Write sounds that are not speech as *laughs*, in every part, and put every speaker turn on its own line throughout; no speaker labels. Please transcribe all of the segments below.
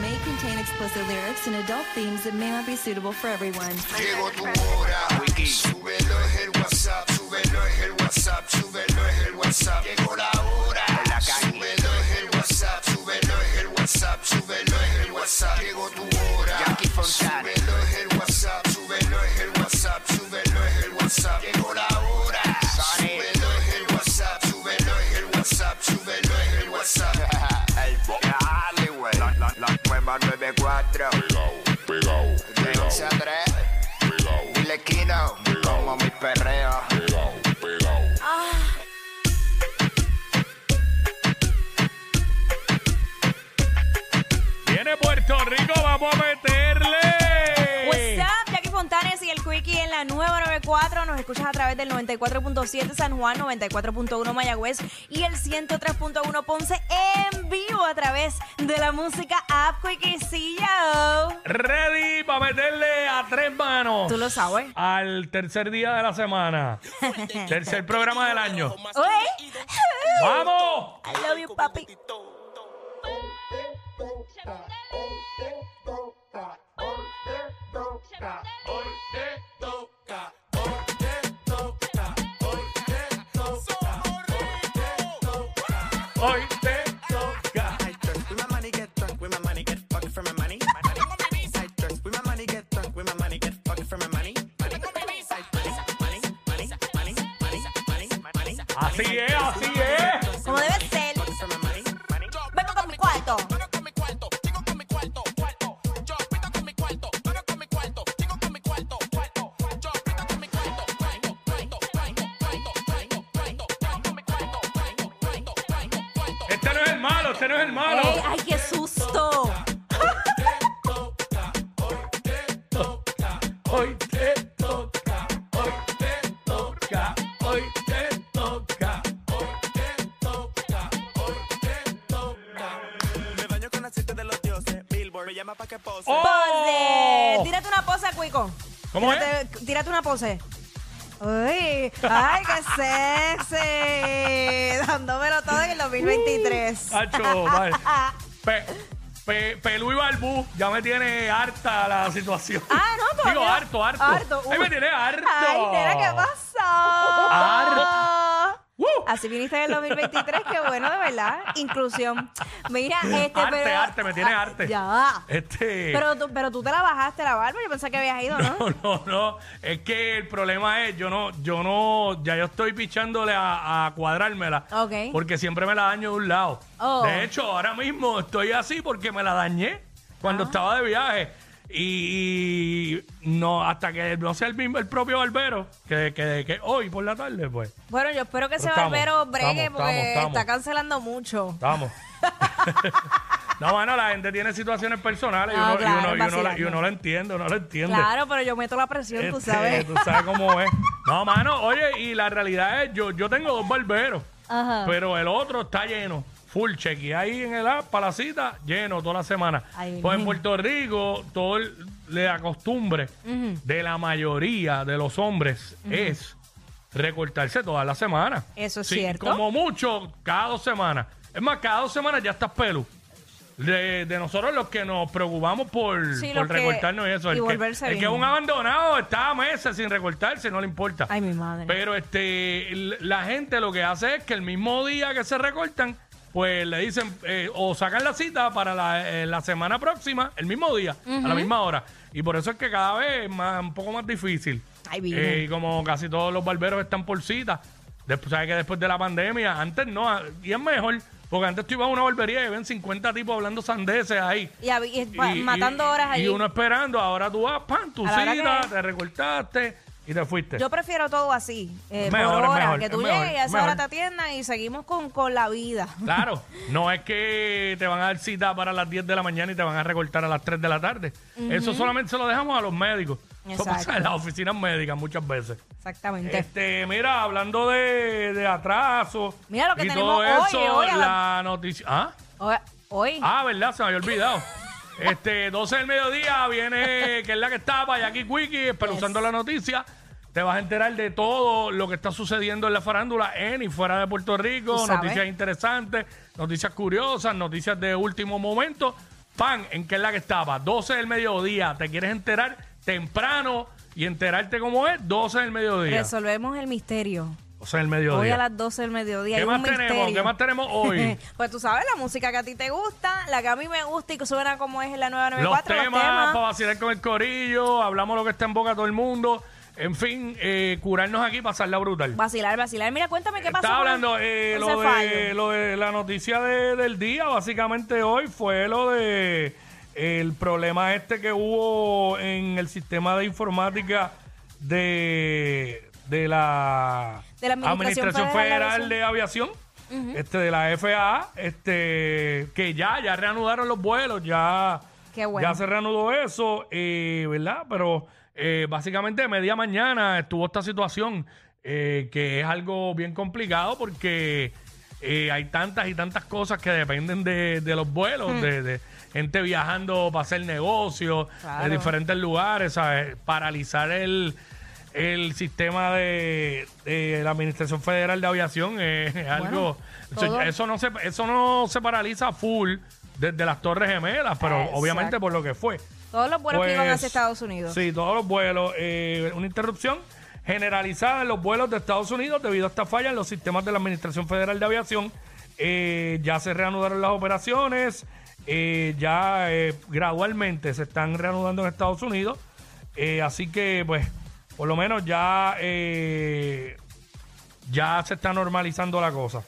may contain explicit lyrics and adult themes that may not be suitable for everyone.
Llegó tu hora. Súbelo es el WhatsApp, súbelo es el WhatsApp, súbelo es el WhatsApp. Llegó la hora. Súbelo es el WhatsApp, súbelo es el WhatsApp, súbelo es el WhatsApp. Llegó tu hora. Súbelo es el WhatsApp, súbelo es el WhatsApp, súbelo es el WhatsApp. Llegó la hora. Súbelo es el WhatsApp, súbelo es el WhatsApp, súbelo es el
*laughs*
WhatsApp.
Dale, güey. La, la, la nueva 94.
De 11 a 3. Dile Kino.
Como mi perreo.
Viene Puerto Rico, vamos a
What's
meterle.
up? Jackie Fontanes y el Quickie en la nueva 94. Nos escuchas a través del 94.7 San Juan, 94.1 Mayagüez y el 103.1 Ponce en vivo a través de la música App Quickie CEO.
Ready para meterle a tres manos.
Tú lo sabes.
Al tercer día de la semana. tercer programa del año.
Uy,
¡Vamos!
I love you, papi.
Hoy te toca.
I drink with my money, get drunk with my money, get fucked for my money. I drink with my money, get drunk with my money, get fucked for my money. Money, money, money, money, money, money, money, money.
Así es, así es.
Como debe ser.
For my money, money.
Vengo con mi cuarto.
Este no es el malo, este no es el malo.
Ey, ay, qué susto.
Hoy te toca. Hoy te toca. Hoy te toca.
Me baño con aceite de los dioses. Billboard me llama pa' que pose.
Pose.
¡Oh!
Tírate una pose, Cuico.
¿Cómo es?
Tírate, tírate una pose. Uy, ay, qué sexy. Dándomelo todo en el 2023.
Hacho, vale. Pe- pe- Pelú y Balbú, ya me tiene harta la situación.
Ah, no, todavía.
Digo, harto, harto.
Harto.
Ay,
Uy.
me tiene harto.
Ay, nena, ¿qué pasó?
Harto. ¡Uh!
Así viniste en el 2023, qué bueno, de verdad. Inclusión. Mira, este,
Arte,
pero.
arte, me tiene
Ah,
arte.
Ya va.
Este.
Pero tú, pero tú te la bajaste la barba, yo pensaba que habías ido, ¿no?
*laughs* No, no, no. Es que el problema es, yo no, yo no, ya yo estoy pichándole a, a cuadrármela.
Ok.
Porque siempre me la daño de un lado.
Oh.
De hecho, ahora mismo estoy así porque me la dañé cuando
Ah.
estaba de viaje. Y, y no, hasta que no sea el mismo, el propio barbero, que, que, que hoy por la tarde, pues.
Bueno, yo espero que ese
Estamos,
barbero bregue
estamos,
porque
estamos, estamos.
está cancelando mucho. *laughs*
Vamos. *laughs* no, bueno, la gente tiene situaciones personales y
Ah,
uno, y
claro,
uno- y uno la- y
vacilando.
uno lo entiende, uno lo entiende.
Claro, pero yo meto la presión, tú
Este,
sabes.
tú sabes cómo es. No, mano, oye, y la realidad es, yo, yo tengo dos barberos,
Ajá.
pero el otro está lleno. Full check. Y ahí en el app, para la cita, lleno toda la semana.
Ay,
pues
men.
en Puerto Rico, todo el- la costumbre de la mayoría de los hombres es recortarse toda la semana.
Eso es
Sí,
cierto.
Como mucho, cada dos semanas. Es más, cada dos semanas ya estás pelu. De, de nosotros los que nos preocupamos por,
Sí,
por
los que-
recortarnos y eso.
y
el que-
volverse
el que es
bien.
un abandonado, está a meses sin recortarse, no le importa.
Ay, mi madre.
Pero este, l- la gente lo que hace es que el mismo día que se recortan, pues le dicen eh, o sacan la cita para la, eh, la semana próxima, el mismo día, a la misma hora. Y por eso es que cada vez es más, un poco más difícil.
Ay, vida.
Eh, y como casi todos los barberos están por cita, después, ¿sabes que Después de la pandemia, antes no, a- y es mejor, porque antes tú ibas a una barbería y ven 50 tipos hablando sandeces ahí.
Y, hab- y- pa- matando horas
ahí.
allí.
Y uno esperando, ahora tú vas, pan, tu
A la hora
cita,
que-
te recortaste y te fuiste.
Yo prefiero todo así, eh,
Mejor, es
por hora,
mejor,
que tú
es mejor,
llegues y a
es
esa hora
mejor.
te atiendan y seguimos con, con la vida. *laughs*
Claro, no es que te van a dar cita para las 10 de la mañana y te van a recortar a las 3 de la tarde. Eso solamente se lo dejamos a los médicos. Eso pasa en
Exacto.
las oficinas médicas muchas veces.
Exactamente.
Este, mira, hablando de, de atraso
Mira lo que
y
tenemos
todo
hoy,
eso,
hoy a la-
la noticia. ¿Ah?
Hoy- Hoy.
Ah, verdad, se me había olvidado. Este, 12 del mediodía viene, que es la que está, para Jackie Quickie, usando la noticia. Te vas a enterar de todo lo que está sucediendo en la farándula en y fuera de Puerto
Tú
Rico.
sabes.
Noticias interesantes, noticias curiosas, noticias de último momento. Pan, en qué es la que estaba. 12 del mediodía. Te quieres enterar temprano y enterarte cómo es. 12 del mediodía.
Resolvemos el misterio.
12 del
Hoy
mediodía.
a las 12 del mediodía.
¿Qué
hay
más
un
tenemos?
misterio.
¿Qué más tenemos hoy?
*laughs* pues tú sabes, la música que a ti te gusta, la que a mí me gusta y que suena como es en la
los
994,
temas, para vacilar con el corillo, hablamos lo que está en boca de todo el mundo. En fin, eh, curarnos aquí, pasarla brutal.
Vacilar, vacilar. Mira, cuéntame qué pasó.
Estaba
con-
hablando, eh,
con
lo,
ese
de,
fallo?
lo de la noticia de- del día, básicamente hoy, fue lo de eh, el problema este que hubo en el sistema de informática de, de la,
De la Administración Federal de
Federal de Aviación, este, de la FAA, este, que ya, ya reanudaron los vuelos, ya,
Qué bueno.
ya se reanudó eso, eh, ¿verdad? Pero eh, básicamente media mañana estuvo esta situación, eh, que es algo bien complicado porque eh, hay tantas y tantas cosas que dependen de, de los vuelos,
Hmm.
de, de gente viajando para hacer negocios
Claro.
de diferentes lugares, ¿sabes? Paralizar el, el sistema de, de la Administración Federal de Aviación es algo... eso-
todo.
eso no se, eso no se paraliza full desde las Torres Gemelas, pero
Exacto.
obviamente por lo que fue.
Todos los vuelos que iban
Pues,
hacia Estados Unidos.
Sí, todos los vuelos. eh, una interrupción generalizada en los vuelos de Estados Unidos debido a esta falla en los sistemas de la Administración Federal de Aviación. Eh, ya se reanudaron las operaciones, eh, ya eh, gradualmente se están reanudando en Estados Unidos. Eh, así que, pues, por lo menos ya, eh, ya se está normalizando la cosa.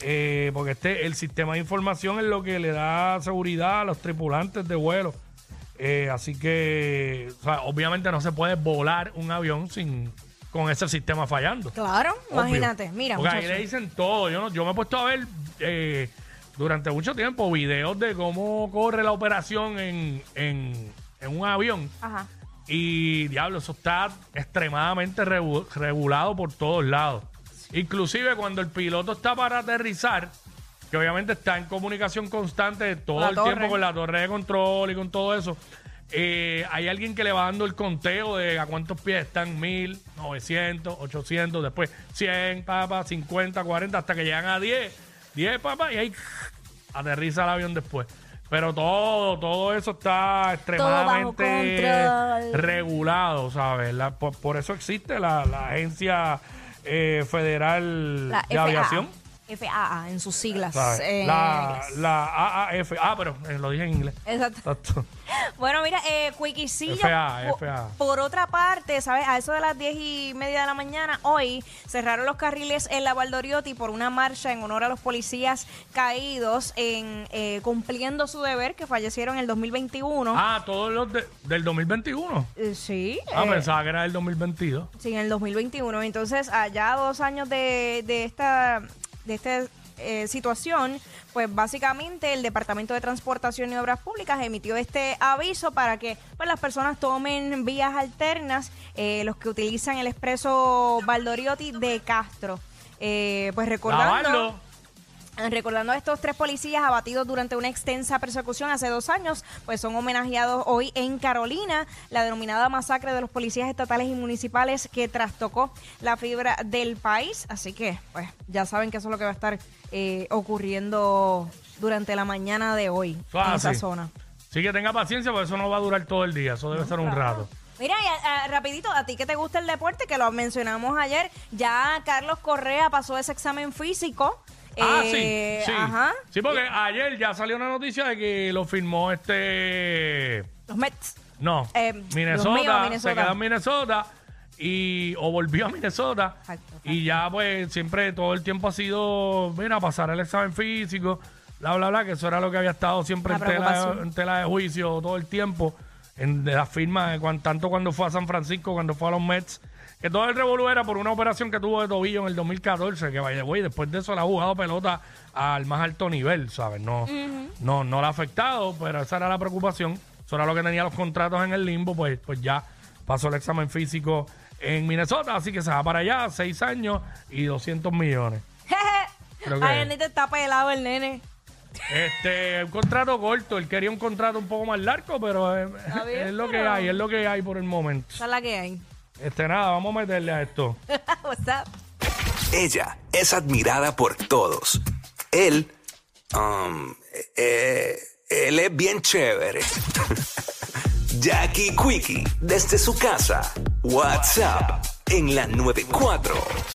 Eh, porque este, el sistema de información es lo que le da seguridad a los tripulantes de vuelo. Eh, así que, o sea, obviamente no se puede volar un avión sin con ese sistema fallando.
Claro,
Obvio.
imagínate. Mira,
Porque ahí
muchacho.
le dicen todo. Yo, no, yo me he puesto a ver eh, durante mucho tiempo videos de cómo corre la operación en, en- en un avión.
Ajá.
Y diablo, eso está extremadamente rebu- regulado por todos lados. Inclusive cuando el piloto está para aterrizar, que obviamente está en comunicación constante todo
La
el
torre.
tiempo con la torre de control y con todo eso, eh, hay alguien que le va dando el conteo de a cuántos pies están, 1000, 900, 800, después 100, papá, 50, 40, hasta que llegan a 10, 10, papá, y ahí aterriza el avión después. Pero todo, todo eso está extremadamente
control.
regulado, ¿sabes? La- por, por eso existe la, la Agencia eh, Federal
La
de
FAA.
Aviación.
FAA, en sus siglas.
¿sabes?
eh, en
la,
inglés.
la AAF. Ah, pero eh, lo dije en inglés.
Exacto. *laughs*
Exacto.
Bueno, mira, eh, Quickisillo.
FA,
po-
FA.
Por otra parte, ¿sabes? A eso de las 10 y media de la mañana, hoy cerraron los carriles en la Valdoriotti por una marcha en honor a los policías caídos en eh, cumpliendo su deber que fallecieron en el 2021.
Ah, todos los de- del 2021.
Eh, sí.
Ah,
eh,
pensaba que era del 2022.
Sí, en el 2021. Entonces, allá dos años de, de esta, de esta eh, situación, pues básicamente el Departamento de Transportación y Obras Públicas emitió este aviso para que pues, las personas tomen vías alternas, eh, los que utilizan el expreso Valdoriotti de Castro. Eh, pues recordando...
Lavarlo.
Recordando a estos tres policías abatidos durante una extensa persecución hace dos años, pues son homenajeados hoy en Carolina, la denominada masacre de los policías estatales y municipales que trastocó la fibra del país. Así que, pues, ya saben que eso es lo que va a estar eh, ocurriendo durante la mañana de hoy
Eso es
en esa
así.
zona.
Sí que tenga paciencia, porque eso no va a durar todo el día. Eso debe ser un rato.
Mira, y a- a- rapidito, a ti que te gusta el deporte, que lo mencionamos ayer, ya Carlos Correa pasó ese examen físico.
Ah,
Eh,
sí, sí.
Ajá.
Sí, porque ayer ya salió una noticia de que lo firmó este...
Los Mets.
No,
Eh,
Minnesota,
Dios mío,
se
Minnesota.
quedó en Minnesota y, o volvió a Minnesota
Exacto, exacto.
y ya pues siempre todo el tiempo ha sido, mira, pasar el examen físico, bla, bla, bla, que eso era lo que había estado siempre
La
en tela,
preocupación.
en tela de juicio todo el tiempo, en, de las firmas, de cuan- tanto cuando fue a San Francisco, cuando fue a los Mets, que todo el revolú era por una operación que tuvo de tobillo en el 2014, que vaya, güey, después de eso la ha jugado pelota al más alto nivel, ¿sabes? No, no, no la ha afectado, pero esa era la preocupación, eso era lo que tenía los contratos en el limbo, pues, pues ya pasó el examen físico en Minnesota, así que se va para allá, seis años y 200 millones. Creo que-
Ay, Anita está pelado el nene.
Este, un contrato corto, él quería un contrato un poco más largo, pero eh,
Está bien,
es lo que
pero-
hay, es lo que hay por el momento.
Esa es la que hay. *laughs*
Este, nada, vamos a meterle a esto.
What's up?
Ella es admirada por todos. Él, um, eh, él es bien chévere. *laughs* Jackie Quickie, desde su casa. WhatsApp en la 94.